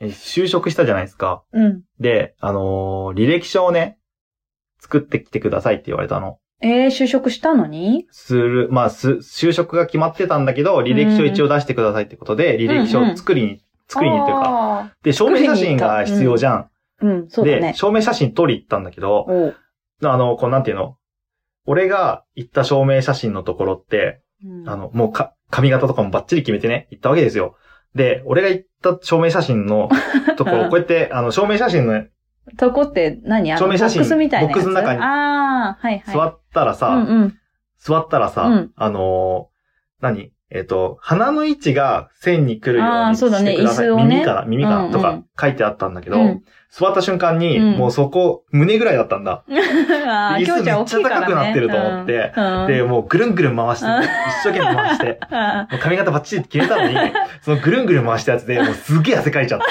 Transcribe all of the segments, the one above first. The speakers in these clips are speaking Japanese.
就職したじゃないですか。うん。で、あのー履歴書をね、作ってきてくださいって言われたの。えー、就職したのにする、まあ、す、就職が決まってたんだけど、履歴書一応出してくださいってことで、履歴書を作りに、作りにというか、か。で、証明写真が必要じゃん。うん、そうだで、ね。証明写真撮り行ったんだけど、おうあの、こうなんていうの俺が行った証明写真のところって、うんあの、もうか、髪型とかもバッチリ決めてね、行ったわけですよ。で、俺が行った証明写真のとこ ろ、こうやって、あの、証明写真のとこって何あの、証ボ明写真ックスみたいなやつ。ボックスの中にああ、はいはい。座ったらさ、うんうん。座ったらさ、うんあのー何えっ、と、鼻の位置が線に来るようあーにそうだしねてください。椅子をね耳から、耳からとうんうかん書いてあったんだけど、うん座った瞬間に、うんもうそこ、胸ぐらいだったんだ。ああ、椅子きょうちゃん大きいからね。めっちゃ高くなってると思ってうん。で、うんもうぐるんぐるん回して、うん一生懸命回して、あもう髪型バッチリって決めたのに、そのぐるんぐるん回したやつで、もうすげえ汗かいちゃって。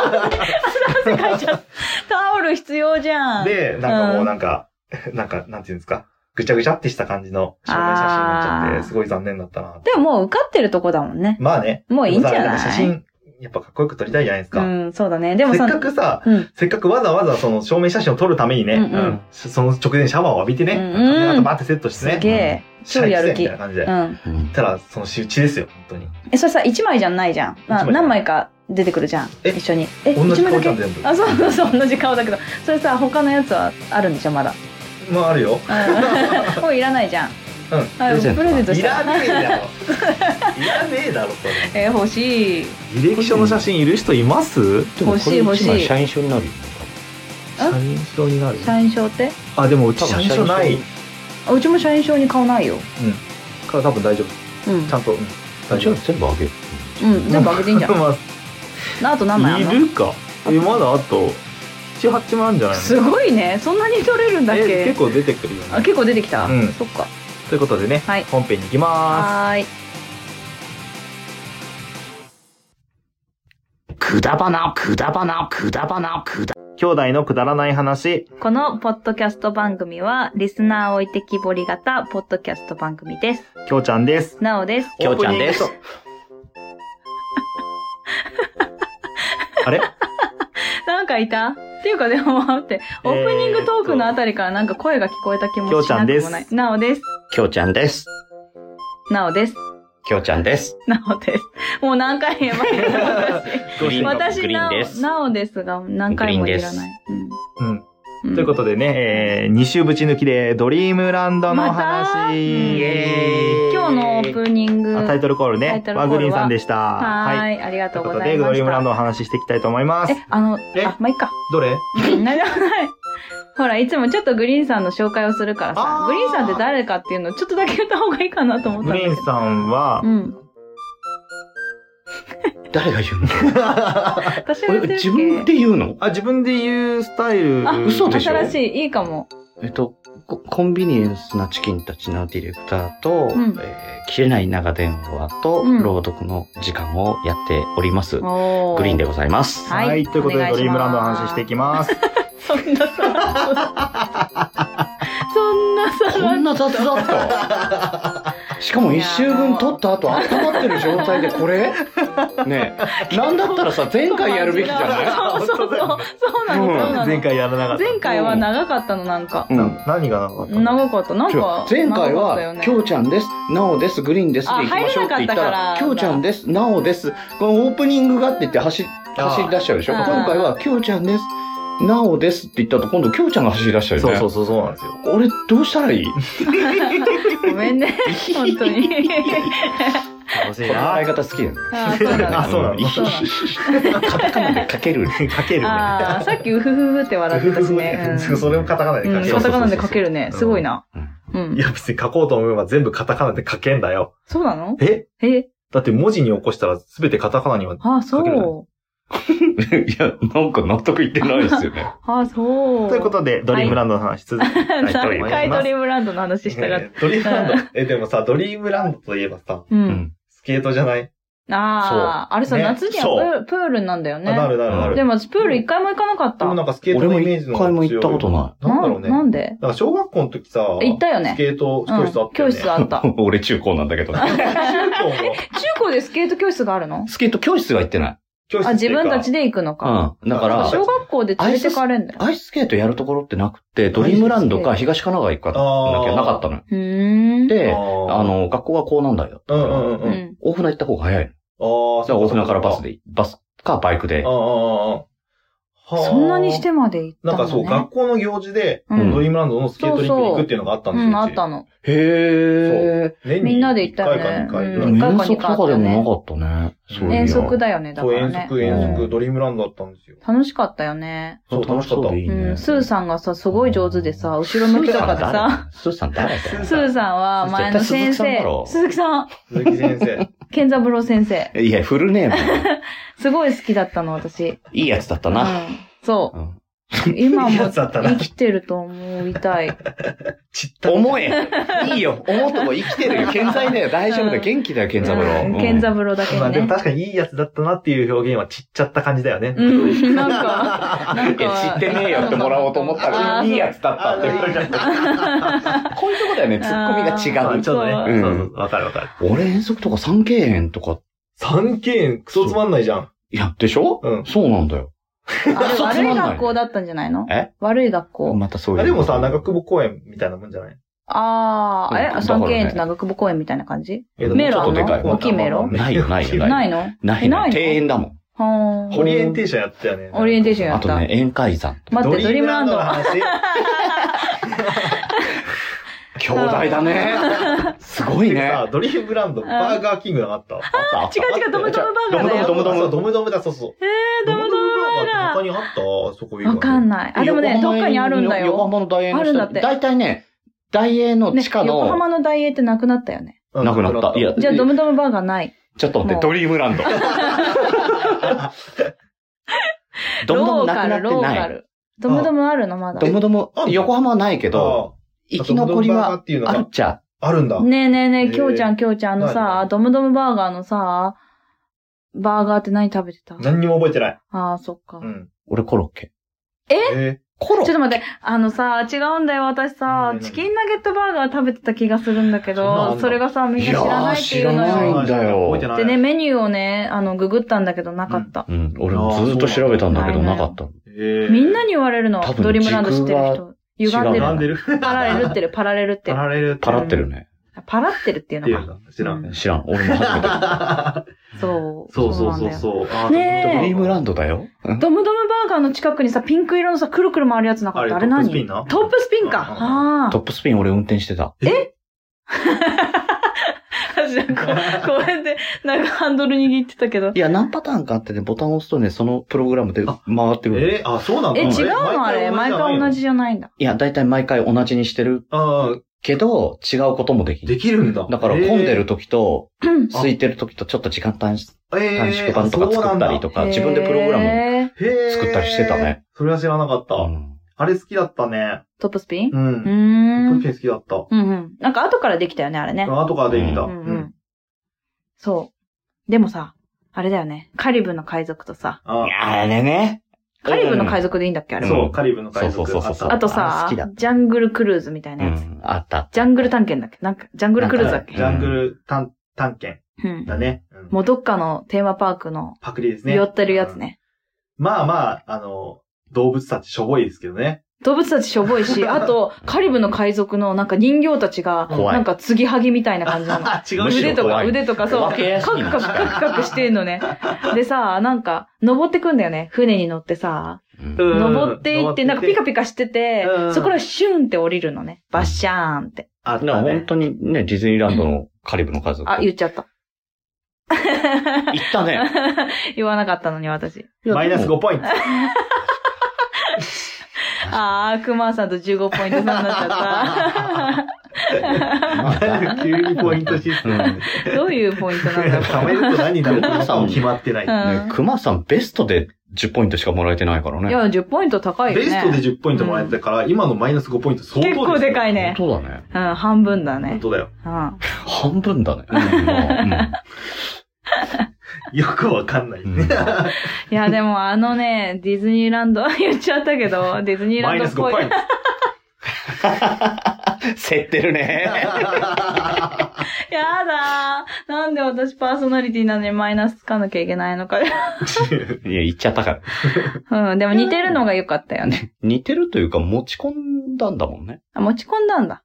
ー書いちゃったタオル必要じゃん。で、なんかもううんなんか、 なんか、なんていうんですか、ぐちゃぐちゃってした感じの証明写真になっちゃっあーて、すごい残念だったな。でももう受かってるとこだもんね。まあね。もういいんじゃないでもさでも写真、やっぱかっこよく撮りたいじゃないですか。うん、そうだね。でもせっさ、かくさ、うん。せっかくわざわざその証明写真を撮るためにね、うんうんしその直前にシャワーを浴びてね、うん髪型バーってセットしてすね、げえ。超やるみ気。たいな感うじで。言っん。うんたら、その仕打ちですよ、本当に。え、それさ、1枚じゃないじゃん。ま一枚あじゃない何枚か出てくるじゃん。え一緒に。え、同じ一枚顔だじゃん、け全部。あ、そうそうそう、同じ顔だけど。それさ、他のやつはあるんでしょ、ま だ。まあ、あるよ。うんもういらないじゃん。うん。あプレゼントプレゼントしいらた。ねえ だろ。いらねえだろ、それ。え、欲しい。履歴書の写真いる人いますでもこれ欲しい欲し一い枚社員証になるよ。あ社員証になる。社員証ってあ、でもうち多社分員証ないあうちも社員証に顔ないよ。から多分大丈夫。うんちゃ。んと。うん社員証。じゃあ全部あげる。うん、全部あげていいんじゃん。まああと何枚あんのいるかえまだあと78万じゃないのすごいね。そんなに取れるんだっえけ結構出てくるよあ、ね結構出てきたうんそっか。ということでね、はい本編に行きまはーい。くだばな、くだばな、くだばな、くだ。す兄弟のくだらない話このポッドキャスト番組は、リスナー置いてきぼり型ポッドキャスト番組です。きょうちゃんですなおです。きょうちゃんですオープニングとあれなんかいたっていうかでも待って、えーオープニングトークのあたりからなんか声が聞こえた気もしなくもなきょうちゃんでい。なおです。きょうちゃんです。なおです。きょうちゃんです。なおです。もう何回言えばいい どうしのて私。私、グリーンのグリーンなですお、なおですが何回も言らない。うん、うんということでね、えー、2週ぶち抜きでドリームランドの話、またイエーイ今日のオープニング。あタイトルコールタイねトルコワールはグリーンさんでしたはーい,、いありがといとううことござでいました。ドリームランドのお話ししていきたいと思いますえ、あの、えあ、まあ、いっか。 どれうん何でもない。ほら、いつもちょっとグリーンさんの紹介をするからあさー、グリーンさんって誰かっていうのをちょっとだけ言った方がいいかなと思ったんグだリけどーン。さんはう、ん。誰が言 うの私こが言れってるっけ自分で言うの あ、自分で言うスタイル。あ嘘でしょ新しい、いいかも。えっと、ココンビニエンスなチキンたちのディレクターと、うんえー切れない長電話と、うん朗読の時間をやっております。おグリーンでも。ございます。はいはい。ということおで、願いドしますリームランドの話していきます。そんなさらっと。そんなさこらんっな雑だった。しかも一周分取った後、温まってる状態でこれねえ。なんだったらさ、前と。回やるべきじゃない そうそうそう。そうなの、そうなの。前回やらなかった。前回は長かったの、なんか。うん。何がなかったの長かった。なんか、前回長かったよは、ねきょうちゃんです、なおです、グリーンですであ行きましょうって言った、入れなからったからきょうちゃんです、なおです、このオープニングがって言って走走り出しちゃうでしょうん今回は、きょうちゃんです、なおですって言ったと、今度きょうちゃんが走り出しちゃうよそうね。そうそそう、そうなんですよ。う。俺、どうしたらいいごめん ね、 本当に。楽しいこのな笑い。方好きだよね。あーそうなのあそうなのそうなのカタカナでかける。かけるね。ああ、さっきウフフフって笑ってたしね。 そうそれをカタカナでうかん、けうんる。カタカナで書けるそね。うそうそうすごいな。ういん。や、別に書こうと思えば全部カタカナで書けんだよ。そうなのええ、だって文字に起こしたら全てカタカナには。ああ、そ書けるねう。いや、なんか納得いってないですよね。ああ、そう。ということで、ドリームランドの話続 けていきたいと思い何回まドすリ。ームランドの話したか っねドリームランド。え、でもさ、ドリームランドといえばさ、た。う。うんん。スケートじゃないああ、あれさ、ね夏にはプールプールなんだよあなね。るなるなる。でも私プール一回も行かなかっでた。もなんかスケート俺のもイメージ一の回も行ったことい。ななんだろうね。ななんでんか小学校の時さ、行ったよスね。ケート教室あったよ教ね。室あ った。い。俺中高なんだけど。中高も中高でスケート教室があるのスケート教室は行ってない。教室あ、って自いうか分たちで行くのか。うん。だから、小学校で連れてかれんだよ。アイススケートやるところってなくて、ドリームランドか東神奈川行くかなきゃなかったのよ。うーん。で、ああー、の、学校が高難台だったうかんら、うんうんううん。ん。大船行った方が早いの。あーじゃあ大船からバそっかそっス。かで、バスかバイクであー。あーあーはーそんなにしてまで行ったなんのねかそう、学校の行事で、ドうん。リームランドのスケートリンクに行くっていうのがあったんですうよ。ん、あちったの。へ年にみんなで行ったよね一回か二回ぐー。らういん。遠足とかでもなかったね。そういや遠足だよね、だかそう、ら遠ね。足、遠う足、んドリームランドだったんですよ。楽しかったよね。そう楽しかった。いいうん。ね。スーさんがさ、すごい上手でさ、後ろ向きとかでさ、スーさん誰だよスーさんは前の先絶対鈴木さんだ生鈴鈴木さん、ろ、木先生。健三郎先生。いや、フルネーム。すごい好きだったの、私。いいやつだったうんな。。そう。うん今いいやもつだったな。生きてると思いたい。ちった。思えいいよ思うとも生きてるよ健在だよ大丈夫だよ元気だよ健三郎。うんうん健三郎だけまどあでもね。確かにいいやつだったなっていう表現はちっちゃった感じだよね。 うん、なんか、なんいやか。知ってねえよってもらおうと思ったあら、ーいいやつだったって言われちゃった。こういうとこだよね、ツッコミがま違あうち。ょっとそうね。んそうそう、わかるわかる。俺遠足とか三景園とか、三軒、クソつまんないじゃん。いや、でしょうんそうなんだよ。あれそうつま悪んないい学校だったんじゃないのえ悪い学校。またそういう。あでもさ、長久保公園みたいなもんじゃないあうんあ、だえ、からね三軒園って長久保公園みたいな感じえっと迷路ちょっとでかあんの大きい迷路ないよない よないないのなえないいなのい。庭園だもん。はーオリエンテーションやったよね。オリエンテーションやあったとね、宴会山。待って、ドリームランドの話。兄弟 だね。すごいてねか。さドリームランド、バーガーキングなかった。あった 違う違う、ドムドムバーガーだよ。ドムドムそうドムドムだ、そうそう。えー、ドムドムバーガドムードムバーガーって他にあったそこ以外わかんない。あ、でもね、どっかにあるんだよ。横浜の大英のあるんだって大体ね、大英のね地下横の、浜の大英ってなくなったよね。うんなくなった。いや、じゃあ、ドムドムバーガーない。ちょっと待っもうて、ドリームランド。 どんどんなくなっローカてル、ローなカい。ル。ドムドムあるのまだ。どねもどもあ、横浜はないけど、生き残りはっていうのあるがっちゃ。あるんだ。えねえねへえ、ーきょうちゃんきょうちゃんあのなさい、ドムドムバーガーのさ、バーガーって何食べてた何にも覚えてない。ああ、そっか。うん。俺コロッケ。えコちょロッっケと待って、あのさ、違うんだよ、私さ何、何チキンナゲットバーガー食べてた気がするんだけそんなのあんど、のそれがさ、みんな知らないっていうのいやー知らよ。ないんだよ覚えてない。でね、メニューをね、あの、ググったんだけどなかった。うん、俺ずっと調べたんだけどあーなかった。えーみんなに言われるの多、分ドリームランド知ってる人。歪んで違う並る。んでる。パラ レルってる、パラレルってパる。ラレル。パラってる。ね。パラってるっていうっていのうか。か、知らん。知らん。俺も初めて。そう。そうそうそうなんだよそう。あーね えドリームランドだよ。ドムドムバーガーの近くにさ、ピンク色のさ、くるくる回るやつなかった。ああれれ何トップスピンなトップスピンか。うんあトップスピン俺運転してた。あ。じゃあこう、こうやって、なんかハンドル握ってたけどい。や、何パターンかあってね、ボタンを押すとね、そのプログラムで回あってくる。えー、あ、そうなんだ。え、違うのあれ。毎回同じじじゃないんだ。いや、だいたい毎回同じにしてるゃないの。あけど、違うこともできあ、る。できるんだ。だから混んでる時と、うん空いてる時とちょっと時間短縮えー、短縮版とか作ったりとか、自分でプログラムム。ム作ったりしてた。へーね。それは知らなかった。うんあれ好きだったね。トップスピンう。うんートップ。んスピン好きだっうんうん。なんか後からできたよね、あれね。た。後からできた。ううん。うんん。そう。でもさ、あれだよね。カリブの海賊とさ、あいやあれね。カリブの海賊でいいんだっけ、あれ。そう、カリブの海そう賊。そうそうそうああっとあさ好きだっ、たジャングルクルーズみたいなうやつ。ん、あった。ジャングル探検だっけなんか、ジャングルクルーズだったけジャングル探探検うん。だね。うんもうどっかのテーマパークのパクリですね。寄ってるやつ。ね。まあまあ、あの、動物たちしょぼいですけどね。動物たちしょぼい し、あと、カリブの海賊のなんか人形たちが、怖いなんか継ぎはぎみたいな感じなの。違むしろ腕とか怖い腕とかそう、カ分けやすいクのカクカクカクしてんのね。でさ、なんか、登ってくんだよね。船に乗ってさ、うんうん登っていって、なんかピカピカしててうん、そこらシュンって降りるのね。バッシャーンって。あっだからた本ね。当にね、ディズニーランドのカリブの家族。あ、行言っちゃった。ったね。言わなかったのに私。マイナス5ポイント。あー、クマさんと15ポイント差になっちゃっまあ 急にポイントシステム。た。 どういうポイントなんだろう。貯めると何になるかも決まってない。うんね熊さんベストで10ポイントしかもらえてないからいね。や、10ポイント高いよね。ベストで10ポイントもらえてたから、今のマイナス5ポイント相当結構でかいね。ね。本当だね。うん、半分だ本ね。当だよ。うん。半分だね。うんまあよくわかんない。うんうんいや、でもあのね、ディ ズニーランド、言っちゃったけど、ディズニーラマンイドナっス5ぽいポイ。ント。競ってるね。やだー。なんで私パーソナリティなのにマイナスつかなきゃいけないのか。 いや、言っちゃったから。うん、でも似てるのが良かったよね。似てるというか持ち込んだんだもんね。あ持ち込んだんだ。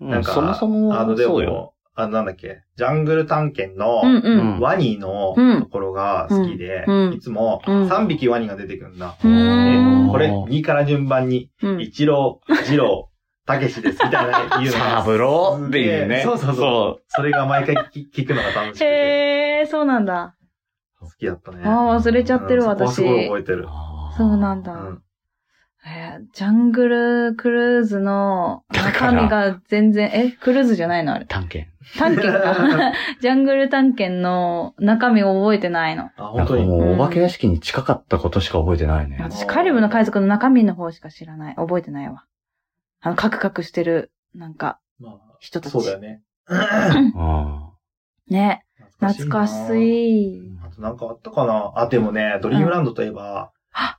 うんなんか、そもそも、あの、でそうよ。も、あの、なんだっけ、ジャングル探検のうんうん。ワニのうんところが好きでうんうん、いつもうん3匹ワニが出てくるんだ。うーんでこれ、2から順番に、うん一郎、二郎、たけしです、みたいな言うのサ が、ブローっていうね。すげえそうそうそうそそれが毎回聞聞くのが楽しくて、へえ、そうなんだ。好きだったね。ああ、忘れちゃってるうんそこは私す。ごい覚えてる。うそうなんうだん。えージャングルクルーズのだか中ら身が全然、え、クルーズじゃないのあれ。探検。探検 か。ジャングル探検の中身を覚えてないの。あ、な本んか当に。もう、お化け屋敷に近かったことしか覚えてないね。私、カリブの海賊の中身の方しか知らない。覚えてないわ。あの、カクカクしてる、なんか、ま人あ、たち。そうだよね。うんね。な懐かしい。あとなんかあったかなあ、でもね、ドリームランドといえば、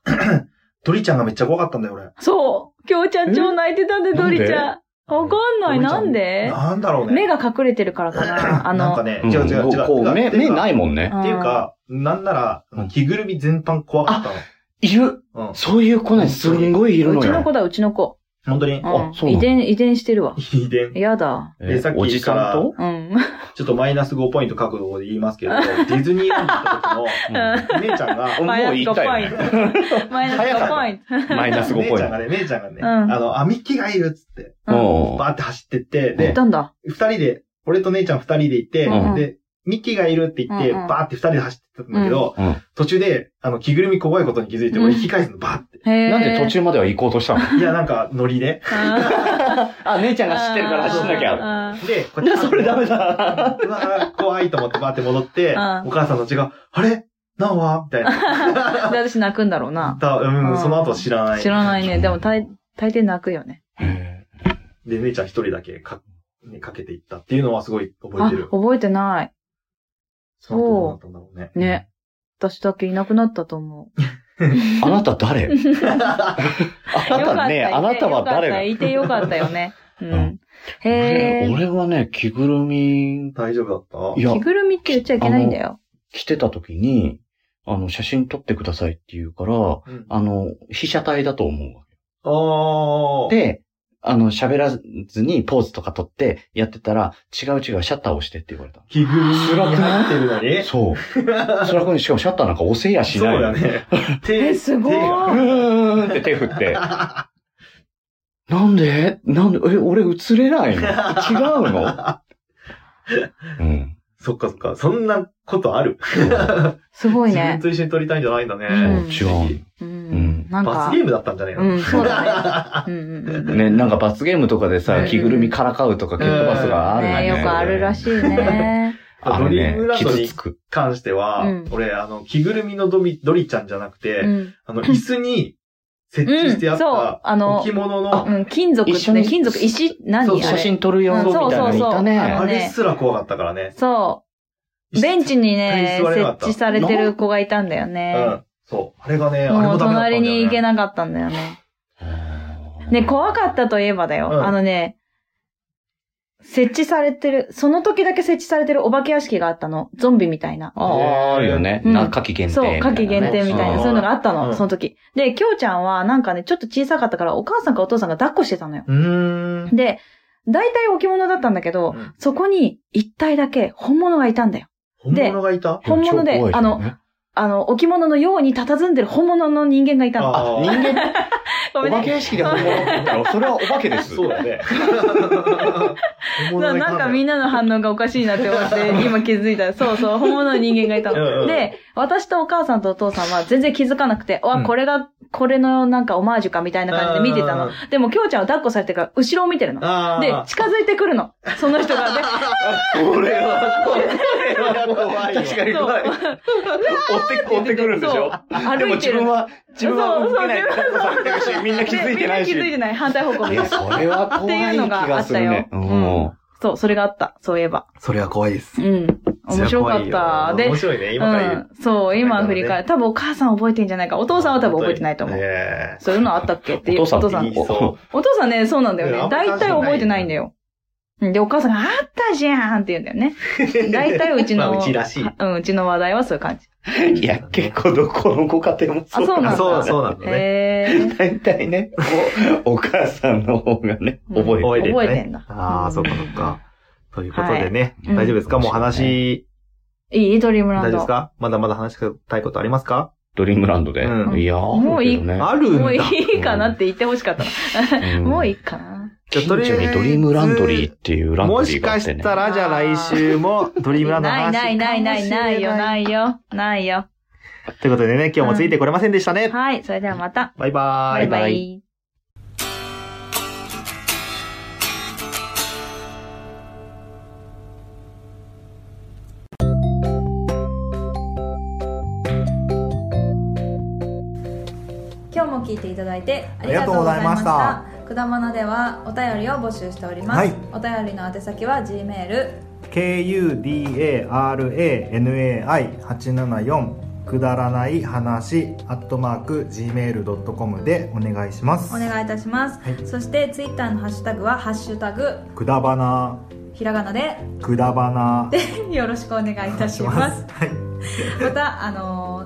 鳥ちゃんがめっちゃ怖かったんだよ、俺。そう京ちゃん超泣いてたんで、えドリちゃん。わかんない。ドリちゃなんんでなんだろうね。目が隠れてるからか な。あなんかの、ね、うん違う違う違う。こう、目、目ないいもんね。んっていうか、なんならうん、着ぐるみ全般怖かったいるの。うん。そういう子ね、すんごいいるうのちの子よ。だ、うちの子。本当にう、。あそうんな遺の伝、遺伝してるわ。 遺伝。やだ。えさっきおじさんとうん。ちょっとマイナス5ポイント角度で言います けど、ディズニーランド行ったうん時の、姉ちゃんが、もう言いたいね マイナス5ポイント。 マイナス5ポ 姉イちンゃんがね、姉ちゃんがね、うんあの、網木がいるっつって、マイナス五ポイントうんト。バーって走ってって、言でっ、たんだ。二人で、俺と姉ちゃん二人で行って、うんで、ミッキーがいるって言って、うんうんバーって二人で走ってったんだけど、うんうん途中で、あの、着ぐるみ怖いことに気づいて、うん俺引き返すの、バーって。へえ。なんで途中までは行こうとしたのいや、なんか、ノリで。 あ、姉ちゃんが知ってるから走んなきゃ。ゃ。で、こうやっな、てそれダメだ。うわー怖いと思って、バーって戻って、うおん母さんの血が、あれなわみたいな。で、私泣くんだろうな。だうん、うんその後知らない。知らないね。でも大、大抵泣くよね。へで、姉ちゃん一人だけか、ね、かけていったっていうのはすごい覚えあてる、。覚えてない。その後どうなったんだろうね。えね。。私だけいなくなったと思う。あなた誰よかっあなたたね、あなたは誰がいてよかったよ ね。ううんん。へえ。俺はね、着ぐるみ、大丈夫だったいや着、ぐるみって言っちゃいけないんだよ。着てた時に、あの、写真撮ってくださいって言うから、うんあの、被写体だと思うわあー。で、あの、喋らずにポーズとか撮ってやってたら、違う違う、シャッター押してって言われた。着ぐるみに辛くない入ってるのに。そう。そらくにしかもシャッターなんか押せやしない。そうだ。 ね。手え、すごい。手がうーんって手振 って。あなんでなんでえ、俺映れ ないの違うのうん。そっかそっか。そんなことある。すごい自分ね。と一緒に撮りたいんじゃないんだそうね。違ううんん。なんか罰ゲ。ームだったんじゃないうのん、そうだね。うんうんうんう。ね、なんか罰ゲームとかでうさ、ん着ぐるみからかうとか蹴っ飛ばすがあるよねね。よくあるらしいね。あるドリームラね。ンドに傷つく。 関してはうん、俺、あの、着ぐるみのドミドリちゃんじゃなくうて、ん。あの、椅子に設置してあっそうあたの置物の、うん、金属一緒ね、に金属、石、何そうあ写れ真撮るようんみたいなのいたそうそうそうああのね。れすら怖かったからね。そう。ベンチにね、椅子に座れなかった設置されてる子がいたんだようねん。。そう。あれがね、あれももうダメだったんだ隣よね。に行けなかったんだよね。ね、怖かったといえばだよ。うんあのね、設置されてる、その時だけ設置されてるお化け屋敷があったの。ゾンビみたいな。ああ、あるよね。うんな、夏季限定みたいなそう、夏ね。季限定みたいな、うんそういうのがあったの、うんその時。で、きょうちゃんはなんかね、ちょっと小さかったから、お母さんかお父さんが抱っこしてたのよ。うーん。で、大体置物だったんだけど、うんそこに一体だけ本物がいたんだよ。本物がいた本物で超怖いよねあの、あの、置物のように佇んでる本物の人間がいたの。ああ、人間、ごめ おんね化け屋敷で本物って言ったら、それはお化けです。 そうだ ね。ななんかみんな、なの反応がおかしいなって思 って、今気づいた。そうそう、本物の人間がいたうんうの。んで、私とお母さんとお父さんは全然気づかなくて、わ、うんこれが、これのなんかオマージュかみたいな感じで見てたのうん。でも、きょうちゃんは抱っこされてから後ろを見てるの。で、あー 近づいてくるの。その人が。で、これは怖い。確かに怖い。そ追うって、追ってくるんでしょそうで歩もいて自る分は、自分は動けない。そうそう抱っこされてるし、みんな気づいてないし。でみんな気づいてない。反対方向い見や、た。それは怖い気がするね。っていうのがあったようんそう、それがあった。そういえば。それは怖いです。うん。面白かいっやた。怖いよで面、白いね、今から言う。うん、そう、今振り今から返る。多分お母さん覚えてんじゃないか。おお父さんは多分覚えてないと思う。えそういうのあったっけっていう。お父さんえ言いそお父さんね、そうなんだよいやあね。んま関係大体ない覚えてないんだよ。うんで、お母さんが、あったじゃんって言うんだよね。う。大体うちの、 まあうちらしいうん、うちの話題はそういう感じ。 いや、結構どこのご家庭もそうあそうなんだそう、そうなんだね。へー。大体ね、こうお母さんの方がね、うん覚覚ええててるね覚えてんだ。ああ、そっかそっか。ということでね、はい大丈夫ですか、うんもう話、いいドリーム大ラ丈ン夫ですド。かまだまだ話したいことありますかドリームランドで。うんいやー、もういいあるけどねあるんだ。もういいかなって言ってほしかったうな。んもういいかな。じゃ近所あにドリームランドリーっていうランドもリしーがあかっしてね。たら、じゃあ来週もドリームランドのない話ないないないないよ、い。ないよ、ないよ。ということでね、今日もついてこれませんでしたね。はい、それではまた。バイババーイイ。バイ。今日も聞いていただいてあありりががととううごござざいいままししたた果物ではお便りを募集しております、はいお便りの宛先は G メール kudaranai874 くだらない話アットマーク gmail.com でお願いしますお願いいたします、はいそしてツイッターのハッシュタグは「ハッシュタグくだばなひらがなでくだばな」でよろしくお願いいたし ますはいまたあのー